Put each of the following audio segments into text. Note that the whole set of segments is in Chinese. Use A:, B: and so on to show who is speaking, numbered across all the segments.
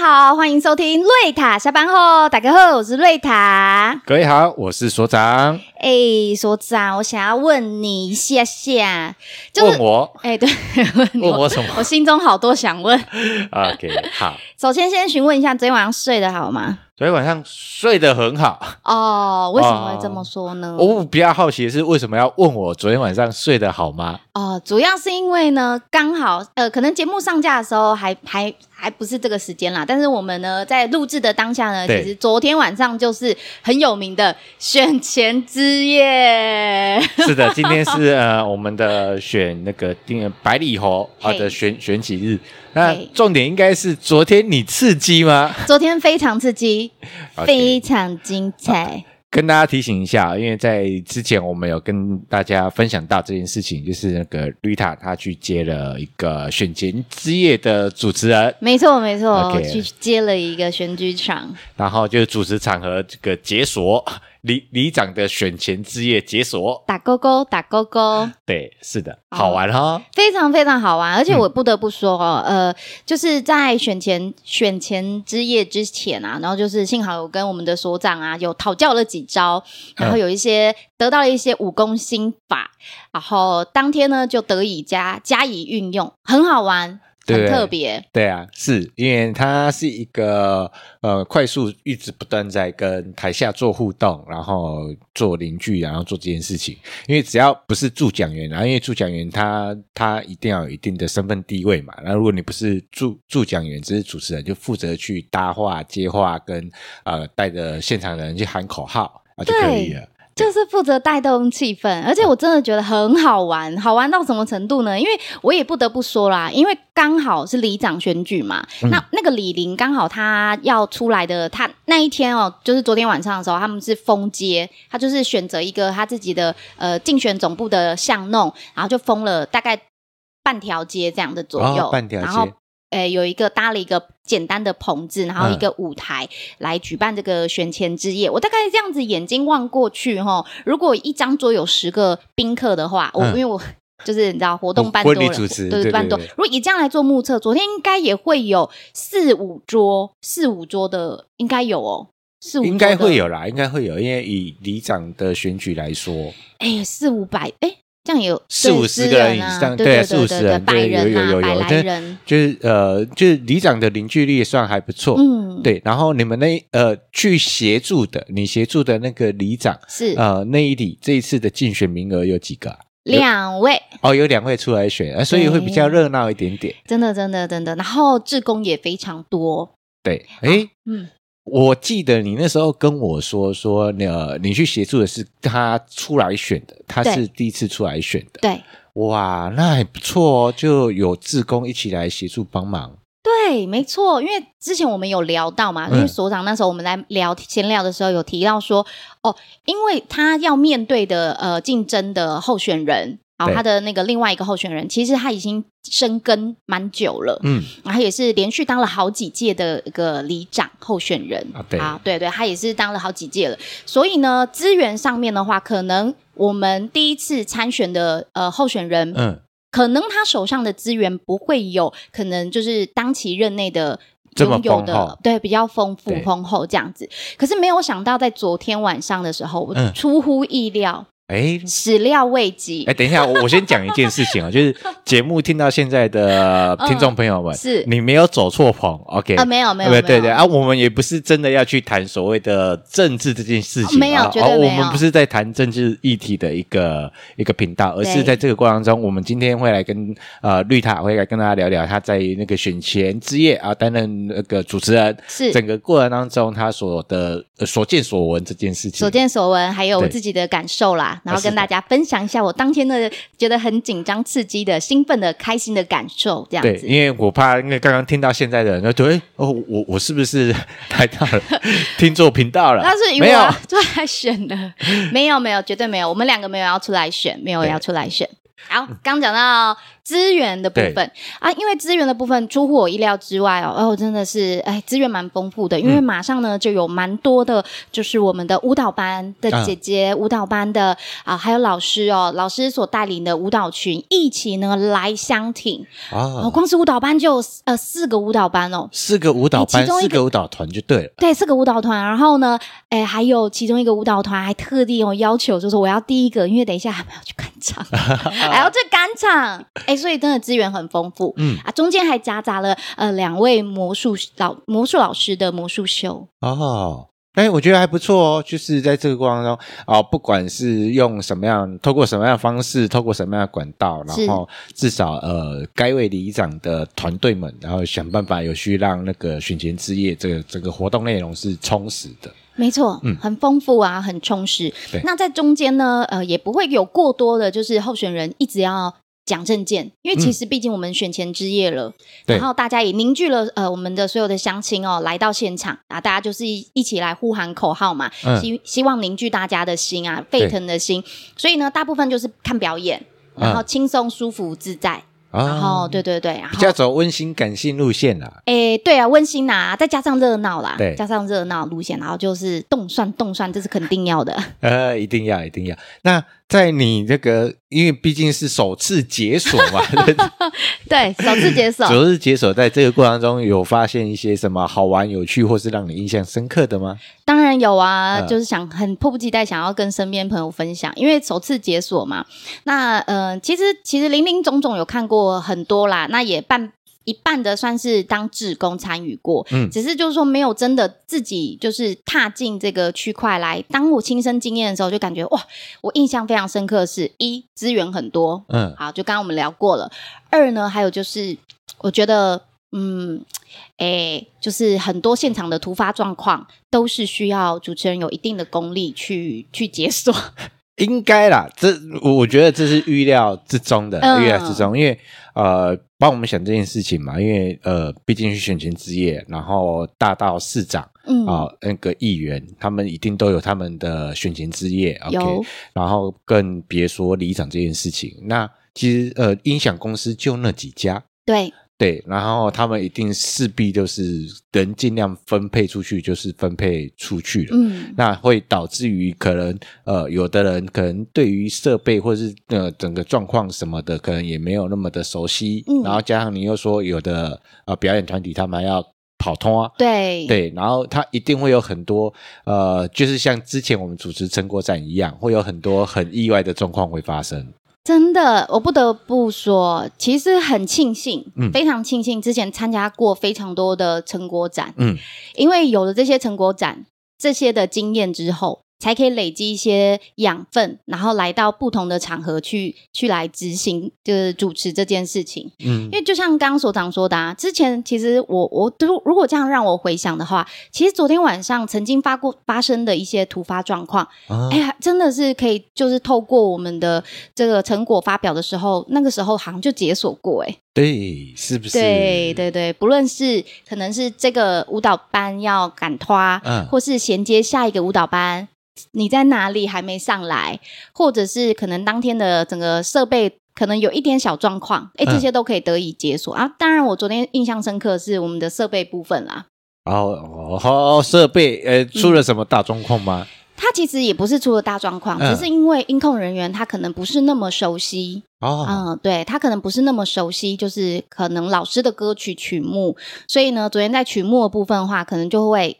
A: 好，欢迎收听瑞塔下班后。大家好，我是瑞塔。
B: 各位好，我是所长。
A: 哎、所长，我想要问你一下下，就是
B: 问我
A: 哎、对， 问你
B: 问我什么
A: 我心中好多想问。
B: ？OK，好。
A: 首先，先询问一下，昨天晚上睡得好吗？
B: 昨天晚上睡得很好。
A: 哦，为什么会这么说呢？哦
B: 我比较好奇的是，为什么要问我昨天晚上睡得好吗？
A: 呃主要是因为呢，刚好呃，可能节目上架的时候还还还不是这个时间啦，但是我们呢在录制的当下呢，
B: 对
A: 其实昨天晚上就是很有名的选前之夜。
B: 是的，今天是呃我们的选那个定百里侯啊
A: 嘿
B: 的选选举日。那
A: 嘿
B: 重点应该是昨天你刺激吗？
A: 昨天非常刺 激
B: OK
A: 非常精彩。
B: 跟大家提醒一下，因为在之前我们有跟大家分享到这件事情，就是那个绿塔她去接了一个选前之夜的主持人，
A: 没错，没错
B: OK
A: 去接了一个选举场，
B: 然后就是主持场合这个解锁 里里长的选前之夜解锁，
A: 打勾勾，打勾勾，
B: 对，是的，
A: 哦
B: 好玩哦，
A: 非常非常好玩。而且我不得不说哦，呃，就是在选前选前之夜之前啊，然后就是幸好有跟我们的所长啊有讨教了几招，然后有一些得到了一些武功心法，然后当天呢就得以加加以运用，很好玩，很
B: 对
A: 特别。
B: 对啊，是因为它是一个呃快速一直不断在跟台下做互动，然后做邻居，然后做这件事情。因为只要不是助讲员，然后因为助讲员他他一定要有一定的身份地位嘛。那如果你不是助助讲员，只是主持人，就负责去搭话、接话，跟呃带着现场的人去喊口号啊就可以
A: 对
B: 了。
A: 就是负责带动气氛，而且我真的觉得很好玩，好玩到什么程度呢？因为我也不得不说啦，因为刚好是里长选举嘛，
B: 嗯
A: 那那个李玲刚好她要出来的，她那一天哦，就是昨天晚上的时候，他们是封街，她就是选择一个她自己的呃竞选总部的巷弄，然后就封了大概半条街这样的左右，
B: 哦半条街
A: 然后呃，有一个搭了一个简单的棚子，然后一
B: 嗯
A: 个舞台、来举办这个选前之夜。我大概这样子眼睛望过去，哈，如果一张桌有十个宾客的话，我、
B: 嗯
A: 因为我就是你知道活动
B: 婚
A: 办多
B: 婚礼
A: 了
B: 主持
A: 对
B: 对
A: 办
B: 对
A: 多。
B: 对
A: 如果以这样来做目测，昨天应该也会有四五桌，四五桌的应该有哦，四五桌
B: 应该
A: 的
B: 会，有啦，应该会有，因为以里长的选举来说，
A: 哎，四五百，哎，这样也有
B: 四
A: 对
B: 五
A: 私
B: 十个人
A: 人啊
B: 以上
A: 对
B: 对
A: 对
B: 四五十
A: 对
B: 人
A: 百
B: 对有
A: 人
B: 有
A: 啊，
B: 有
A: 百
B: 有
A: 来
B: 这
A: 人，
B: 就是呃，就是里长的凝聚力也算还不错。
A: 嗯，，
B: 对，然后你们那呃去协助的，你协助的那个里长，
A: 是、
B: 呃，那一里这一次的竞选名额有几个、啊？
A: 两位。
B: 哦，有两位出来选，呃所以会比较热闹一点点。
A: 真的，真的，真的。然后志工也非常多，
B: 对，诶，
A: 嗯，
B: 我记得你那时候跟我说说，呃，你去协助的是他出来选的，他
A: 对
B: 是第一次出来选的。
A: 对
B: 哇，那还不错哦，就有志工一起来协助帮忙。
A: 对，没错。因为之前我们有聊到嘛，
B: 嗯
A: 因为所长那时候我们在聊闲聊的时候有提到说，哦，因为他要面对的呃竞争的候选人。然后
B: 对
A: 他的那个另外一个候选人，其实他已经生根蛮久了，
B: 嗯，
A: 然后也是连续当了好几届的一个里长候选人
B: 啊对
A: 对对，他也是当了好几届了。所以呢，资源上面的话，可能我们第一次参选的呃候选人，
B: 嗯，
A: 可能他手上的资源不会有，可能就是当其任内的。
B: 这么
A: 拥有
B: 丰厚
A: 的对比较丰富
B: 对
A: 丰厚这样子，可是没有想到在昨天晚上的时候，我
B: 嗯
A: 出乎意料，
B: 诶。
A: 始料未及，
B: 哎，等一下，我我先讲一件事情啊，就是节目听到现在 的听众朋友们，
A: 哦是
B: 你没有走错棚，OK？
A: 啊，没有没有
B: 对
A: 没有，
B: 对对啊，我们也不是真的要去谈所谓的政治这件事情，
A: 哦没有
B: 啊
A: 绝对
B: 啊
A: 没有
B: 我们不是在谈政治议题的一个一个频道，而
A: 对
B: 是在这个过程中，我们今天会来跟呃绿塔会来跟大家聊聊他在那个选前之夜啊担任那个主持人，
A: 是
B: 整个过程当中他所的、呃所见所闻这件事情，
A: 所见所闻，还有我
B: 对啊
A: 自己的感受啦，然后
B: 是的
A: 跟大家分享一下我当天的觉得很紧张、刺激的、兴奋的、开心的感受，这样
B: 对，
A: 子。
B: 因为我怕，因为刚刚听到现在的人就觉得，哎、哦，我我是不是 来到了听众频道了？
A: 但是啊
B: 没
A: 没
B: 有，
A: 出来选的，没有没有，绝对没有，我们两个没有要出来选，没有
B: 对嗯
A: 要出来选，好，刚讲到资源的部分啊，因为资源的部分出乎我意料之外哦，哦，真的是哎，资源蛮丰富的，因为
B: 嗯
A: 马上呢就有蛮多的，就是我们的舞蹈班的
B: 嗯
A: 姐姐、舞蹈班的啊，还有老师哦，老师所带领的舞蹈群一起呢来相挺，哦，
B: 啊，
A: 光是舞蹈班就有呃四个舞蹈班哦。
B: 四个舞蹈班，
A: 其中一
B: 四
A: 个
B: 个舞蹈团就对了。
A: 对，四个舞蹈团，然后呢，哎，还有其中一个舞蹈团还特地有要求，就是我要第一个，因为等一下还要去赶场，还要去赶场，哎，所以真的资源很丰富，
B: 嗯
A: 啊，中间还夹杂了呃两位魔术老魔术老师的魔术秀，
B: 哦，哎，我觉得还不错哦，就是在这个过程中啊、不管是用什么样，透过什么样的方式，透过什么样的管道，然
A: 是
B: 后至少呃，该位里长的团队们，然后想办法有序让那个选前之夜这个整个活动内容是充实的。
A: 没错，
B: 嗯
A: 很丰富啊，很充实
B: 对。
A: 那在中间呢，呃，也不会有过多的，就是候选人一直要。讲证件，因为其实毕竟我们选前之夜了，
B: 嗯对
A: 然后大家也凝聚了呃我们的所有的乡亲哦，来到现场啊，大家就是一一起来呼喊口号嘛，
B: 嗯
A: 希希望凝聚大家的心啊，沸腾的心。所以呢，大部分就是看表演，
B: 嗯
A: 然后轻松、舒服、自在，
B: 啊
A: 然后对对对，然
B: 比
A: 后
B: 较走温馨感性路线啦。
A: 诶，对啊，温馨呐、再加上热闹啦，
B: 对
A: 加上热闹路线，然后就是动算动算，这是肯定要的。
B: 呃，一定要，一定要。那在你这个，因为毕竟是首次解锁嘛，对不对
A: 对，首次解 锁。
B: 首次解锁，在这个过程中有发现一些什么好玩、有趣，或是让你印象深刻的吗？
A: 当然有啊，
B: 嗯
A: 就是想很迫不及待想要跟身边朋友分享，因为首次解锁嘛。那呃，其实其实零零总总有看过很多啦，那也半一半的算是当志工参与过，
B: 嗯
A: 只是就是说没有真的自己就是踏进这个区块来。当我亲身经验的时候，就感觉哇，我印象非常深刻的是一资源很多，
B: 嗯，
A: 好，就刚刚我们聊过了。二呢，还有就是我觉得，嗯，诶，就是很多现场的突发状况都是需要主持人有一定的功力去去解锁。
B: 应该啦，这我我觉得这是预料之中的，
A: 嗯
B: 预料之中，因为呃，帮我们想这件事情嘛，因为呃，毕竟是选前之夜，然后大到市长
A: 嗯，
B: 啊、那个议员，他们一定都有他们的选前之夜，OK，
A: 有
B: 然后更别说里长这件事情。那其实呃，音响公司就那几家，
A: 对，
B: 对，然后他们一定势必就是人尽量分配出去，就是分配出去了。
A: 嗯，
B: 那会导致于可能呃，有的人可能对于设备或是呃整个状况什么的，可能也没有那么的熟悉。
A: 嗯
B: 然后加上你又说有的呃表演团体他们还要跑通啊，
A: 对，
B: 对，然后它一定会有很多呃，就是像之前我们主持成果展一样，会有很多很意外的状况会发生。
A: 真的，我不得不说，其实很庆幸，
B: 嗯
A: 非常庆幸之前参加过非常多的成果展，
B: 嗯，
A: 因为有了这些成果展、这些的经验之后，才可以累积一些养分，然后来到不同的场合去去来执行，就是主持这件事情。
B: 嗯
A: 因为就像刚刚所长说的、啊，之前其实我我如如果这样让我回想的话，其实昨天晚上曾经发过发生的一些突发状况，
B: 啊
A: 哎、呀，真的是可以，就是透过我们的这个成果发表的时候，那个时候好像就解锁过、哎。
B: 对，是不是？
A: 对对对，不论是可能是这个舞蹈班要赶拖，
B: 嗯
A: 或是衔接下一个舞蹈班，你在哪里还没上来，或者是可能当天的整个设备。可能有一点小状况，哎，这
B: 嗯
A: 些都可以得以解锁、啊。当然，我昨天印象深刻的是我们的设备部分啦，
B: 然后哦哦，设备呃出了什么大状况吗？
A: 它其实也不是出了大状况，
B: 嗯
A: 只是因为音控人员他可能不是那么熟悉，
B: 哦，
A: 嗯，对他可能不是那么熟悉，就是可能老师的歌曲曲目，所以呢，昨天在曲目的部分的话，可能就会，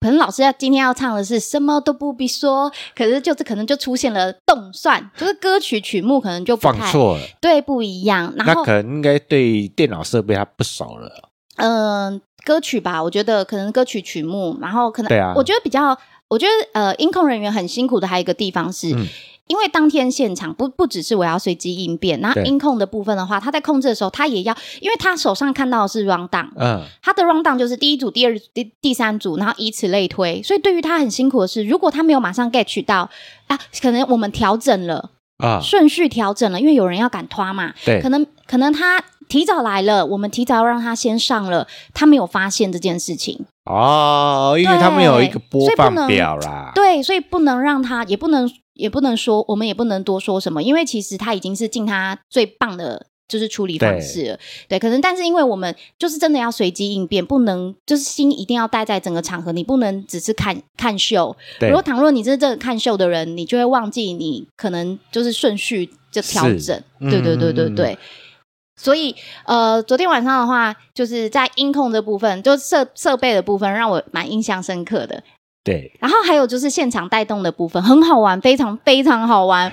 A: 可能老师要今天要唱的是什么都不必说，可是就是可能就出现了动算，就是歌曲曲目可能就不
B: 放
A: 太
B: 错了，
A: 对不一样，然
B: 那
A: 后
B: 可能应该对电脑设备它不熟了。
A: 嗯、歌曲吧，我觉得可能歌曲曲目，然后可能
B: 对啊
A: 我觉得比较，我觉得呃，音控人员很辛苦的还有一个地方是。
B: 嗯
A: 因为当天现场不不只是我要随机应变，那
B: 对
A: 音控的部分的话，他在控制的时候，他也要，因为他手上看到的是 round down，
B: 嗯，
A: 他的 round down 就是第一组、第二组、第第三组，然后以此类推。所以对于他很辛苦的是，如果他没有马上 get 到啊，可能我们调整了
B: 啊，
A: 顺序，调整了，因为有人要赶拖嘛，
B: 对
A: 可，能可能他提早来了，我们提早让他先上了，他没有发现这件事情。
B: 哦，因为他们有一个
A: 对
B: 播
A: 所以不
B: 放
A: 能
B: 表啦，
A: 对，所以不能让他，也不能也不能说，我们也不能多说什么，因为其实他已经是尽他最棒的。就是处理方式了对，可能但是因为我们就是真的要随机应变，不能就是心一定要待在整个场合，你不能只是看看秀。
B: 对
A: 如果倘若你是这个看秀的人，你就会忘记你可能就是顺序就调
B: 是
A: 整，对对对对
B: 嗯
A: 对。所以，呃，昨天晚上的话，就是在音控这部分，就设设备的部分，让我蛮印象深刻的。
B: 对，
A: 然后还有就是现场带动的部分，很好玩，非常非常好玩。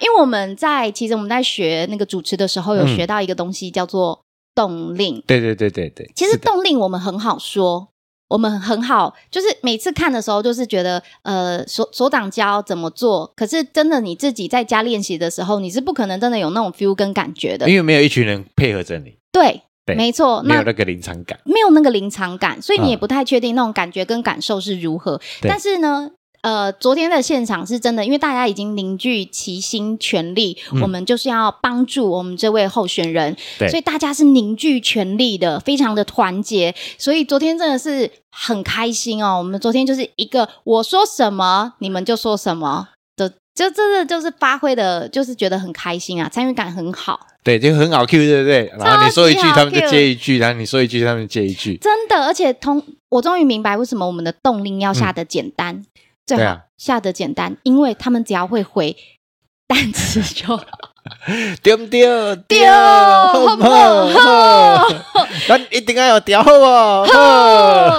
A: 因为我们在其实我们在学那个主持的时候，有
B: 嗯
A: 学到一个东西叫做动令。
B: 对对对对对，
A: 其实
B: 是的
A: 动令我们很好说，我们很好，就是每次看的时候，就是觉得呃手手掌教怎么做，可是真的你自己在家练习的时候，你是不可能真的有那种 feel 跟感觉的。
B: 因为没有一群人配合着你，
A: 对，
B: 对
A: 没错，
B: 没有
A: 哦那
B: 那个临场感，
A: 没有那个临场感，所以你也
B: 嗯
A: 不太确定那种感觉跟感受是如何。
B: 对
A: 但是呢。呃，昨天的现场是真的，因为大家已经凝聚齐心全力，
B: 嗯
A: 我们就是要帮助我们这位候选人，
B: 对
A: 所以大家是凝聚全力的，非常的团结。所以昨天真的是很开心哦。我们昨天就是一个我说什么你们就说什么的，就真的就是发挥的，就是觉得很开心啊，参与感很好。
B: 对，就很好 Q，对不对？然后你说一句，
A: 超级好
B: 他们就
A: cue
B: 接一句，然后你说一句，他们接一句，
A: 真的，而且通，我终于明白为什么我们的动令要
B: 嗯
A: 下的简单，最
B: 对
A: 好、
B: 啊
A: 下的简单，因为他们只要会回单词 就哦
B: 丢不丢？
A: 对好不好
B: 好？ 那一定要有屌好哦！好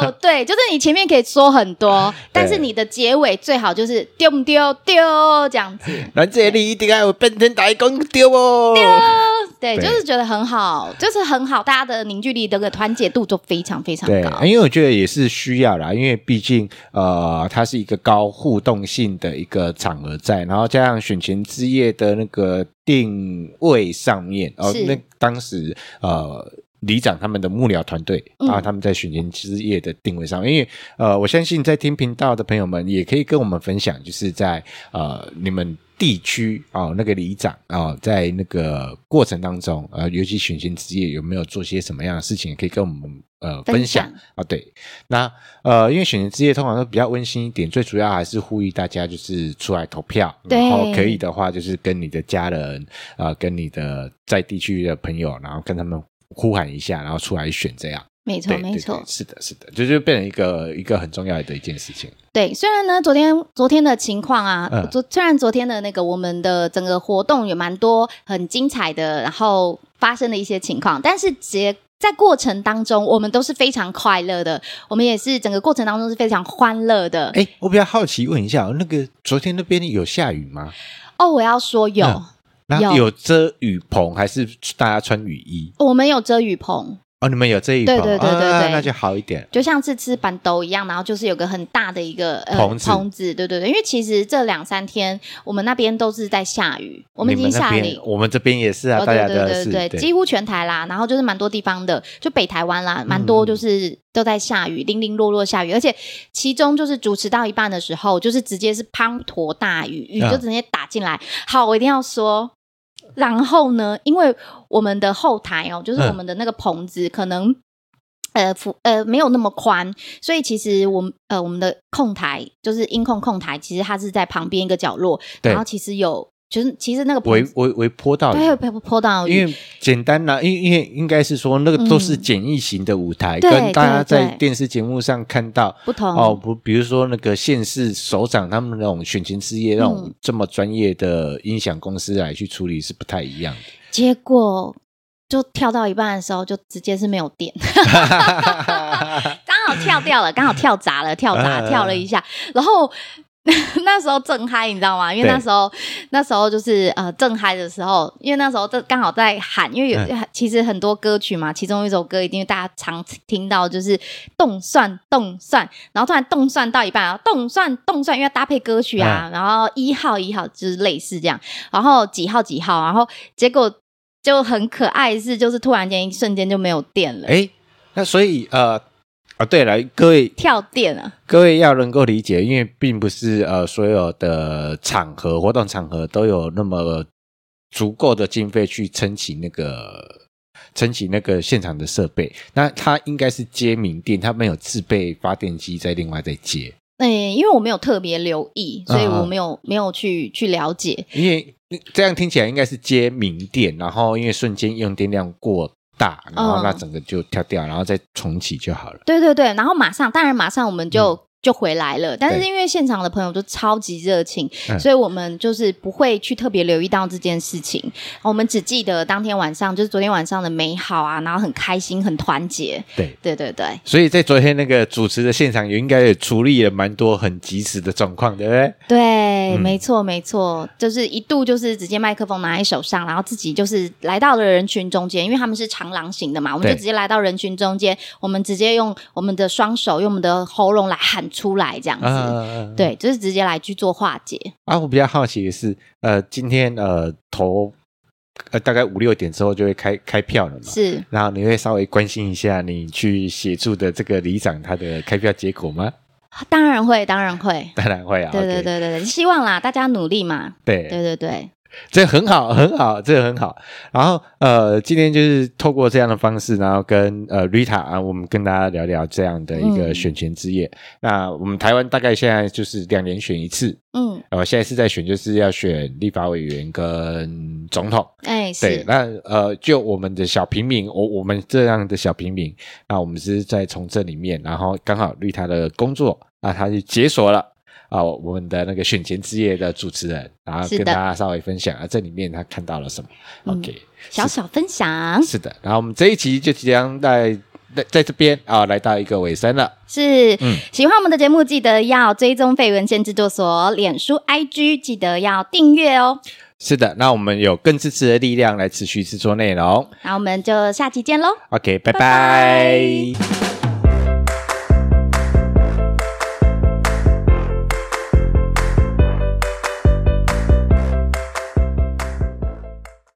A: 哦，对，就是你前面可以说很 多，但是你的结尾最好就是丢不丢丢这 样子，
B: 咱这里一定要有变成大公丢哦！
A: 对，啊
B: 对
A: 就是觉得很好，就是很好，大家的凝聚力的个团结度就非常非常
B: 对哎
A: 高，。
B: 因为我觉得也是需要啦，因为毕竟呃，它是一个高互动性的一个场合在，然后加上选前之夜的那个定位上面，哦、
A: 是
B: 那当时呃。里长他们的幕僚团队
A: 嗯
B: 啊，他们在选前之夜的定位上，因为呃，我相信在听频道的朋友们也可以跟我们分享，就是在呃你们地区啊、那个里长啊、在那个过程当中，呃，尤其选前之夜有没有做些什么样的事情，也可以跟我们呃分
A: 分
B: 享
A: 享
B: 啊、对，那呃，因为选前之夜通常都比较温馨一点，最主要还是呼吁大家就是出来投票，
A: 对
B: 然后可以的话就是跟你的家人啊、呃跟你的在地区的朋友，然后跟他们呼喊一下，然后出来选这样。
A: 没错，
B: 对，
A: 没
B: 对
A: 错
B: 对，是的，是的，这就变成一个一个很重要的一件事情。
A: 对，虽然呢，昨天昨天的情况啊
B: 嗯，
A: 昨、虽然昨天的那个我们的整个活动有蛮多很精彩的，然后发生的一些情况，但是结在过程当中，我们都是非常快乐的，我们也是整个过程当中是非常欢乐的。
B: 哎，我比较好奇问一下，哦那个昨天那边有下雨吗？
A: 哦，我要说有，
B: 嗯那
A: 有
B: 有遮雨棚还是大家穿雨衣？
A: 我们有遮雨棚，
B: 哦，你们有遮雨棚，
A: 对对对对
B: 啊
A: 对
B: 那就好一点。
A: 就像是吃板豆一样，然后就是有个很大的一个呃
B: 棚子
A: 对对对，因为其实这两三天我们那边都是在下雨，我们已
B: 你
A: 经
B: 那
A: 下
B: 边
A: 雨。
B: 我们这边也是啊，
A: 哦，
B: 大
A: 对
B: 家
A: 对
B: 都
A: 对
B: 是
A: 对对，几乎全台啦，然后就是蛮多地方的，就北台湾啦，蛮多就是都在下雨，零零落落下雨，而且其中就是主持到一半的时候，就是直接是滂沱大雨，雨
B: 嗯
A: 就直接打进来。好，我一定要说。然后呢，因为我们的后台哦，就是
B: 嗯
A: 我们的那个棚子，可能呃幅呃没有那么宽，所以其实我们呃我们的控台就是音控控台，其实它是在旁边一个角落，
B: 对
A: 然后其实有就是其实那个棚
B: 围
A: 子
B: 围围坡道
A: 对
B: 的。
A: 被泼到雨，嗯
B: 因为简单啦、因因为应该是说那个都是简易型的舞台，
A: 对
B: 跟大家
A: 对
B: 在
A: 对
B: 电视节目上看到
A: 不同
B: 哦，不，比如说那个县市首长他们那种选情事业那种
A: 嗯
B: 这么专业的音响公司来去处理是不太一样的。
A: 结果就跳到一半的时候，就直接是没有电，刚好跳掉了，刚好跳砸了，跳砸
B: 嗯
A: 跳了一下，然后。 那时候正嗨，你知道吗？因为
B: 对
A: 那时候，那时候就是呃正嗨的时候，因为那时候这刚好在喊，因为有、其实很多歌曲嘛，其中一首歌一定大家常听到，就是动算动算，然后突然动算到一半，然后动算动算，因为要搭配歌曲啊，然后一号一号就是类似这样，然后几号几号，然后结果就很可爱是，就是突然间一瞬间就没有电了，
B: 哎，那所以呃啊，对了，各位
A: 跳电了，
B: 各位要能够理解，因为并不是呃所有的场合活动场合都有那么足够的经费去撑起那个撑起那个现场的设备。那它应该是接民电，它没有自备发电机在另外再接。
A: 嗯、因为我没有特别留意，所以
B: 嗯嗯
A: 我没有没有去去了解。
B: 因为这样听起来应该是接明电，然后因为瞬间用电量过大，然后那整个就跳掉，然后再重启就好了。
A: 对对对，然后马上，当然马上我们就、就回来了。但是
B: 嗯对
A: 因为现场的朋友都超级热情，
B: 嗯
A: 所以我们就是不会去特别留意到这件事情。我们只记得当天晚上，就是昨天晚上的美好啊，然后很开心，很团结。
B: 对，
A: 对对对，
B: 所以在昨天那个主持的现场，也应该也处理了蛮多很及时的状况，对不对？
A: 对，
B: 嗯
A: 没错没错，就是一度就是直接麦克风拿在手上，然后自己就是来到了人群中间，因为他们是长廊型的嘛，我们就
B: 对
A: 直接来到人群中间，我们直接用我们的双手，用我们的喉咙来喊出来，这样子。
B: 啊，
A: 嗯对，就是直接来去做化解。
B: 啊，我比较好奇的是，呃，今天呃头呃大概五六点之后就会开开票了嘛？
A: 是，
B: 然后你会稍微关心一下你去协助的这个里长他的开票结果吗？
A: 当然会，当然会。
B: 当然会啊，
A: 对
B: OK
A: 对对对对，希望啦，大家努力嘛。
B: 对
A: 对对对，
B: 这很好，很好，这很好。然后呃，今天就是透过这样的方式，然后跟呃 Rita 啊，我们跟大家聊聊这样的一个
A: 嗯
B: 选前之夜。那我们台湾大概现在就是两年选一次，
A: 嗯，
B: 呃，现在是在选就是要选立法委员跟总统。
A: 哎，
B: 对，
A: 是，
B: 那呃，就我们的小平民，我我们这样的小平民，那我们是在从这里面，然后刚好绿他的工作，那他就解锁了啊、我们的那个选前之夜的主持人，然后
A: 是
B: 跟
A: 的
B: 大家稍微分享啊，这里面他看到了什么、
A: 嗯
B: o k
A: 小小分享
B: 是的，然后我们这一集就即将在在在这边啊、来到一个尾声了，
A: 是
B: 嗯，
A: 喜欢我们的节目，记得要追踪费文献制作所脸书、IG，记得要订阅哦。
B: 是的，那我们有更支持的力量来持续制作内容
A: 那我们就下期见喽。
B: ，OK，拜
A: 拜
B: 拜
A: 拜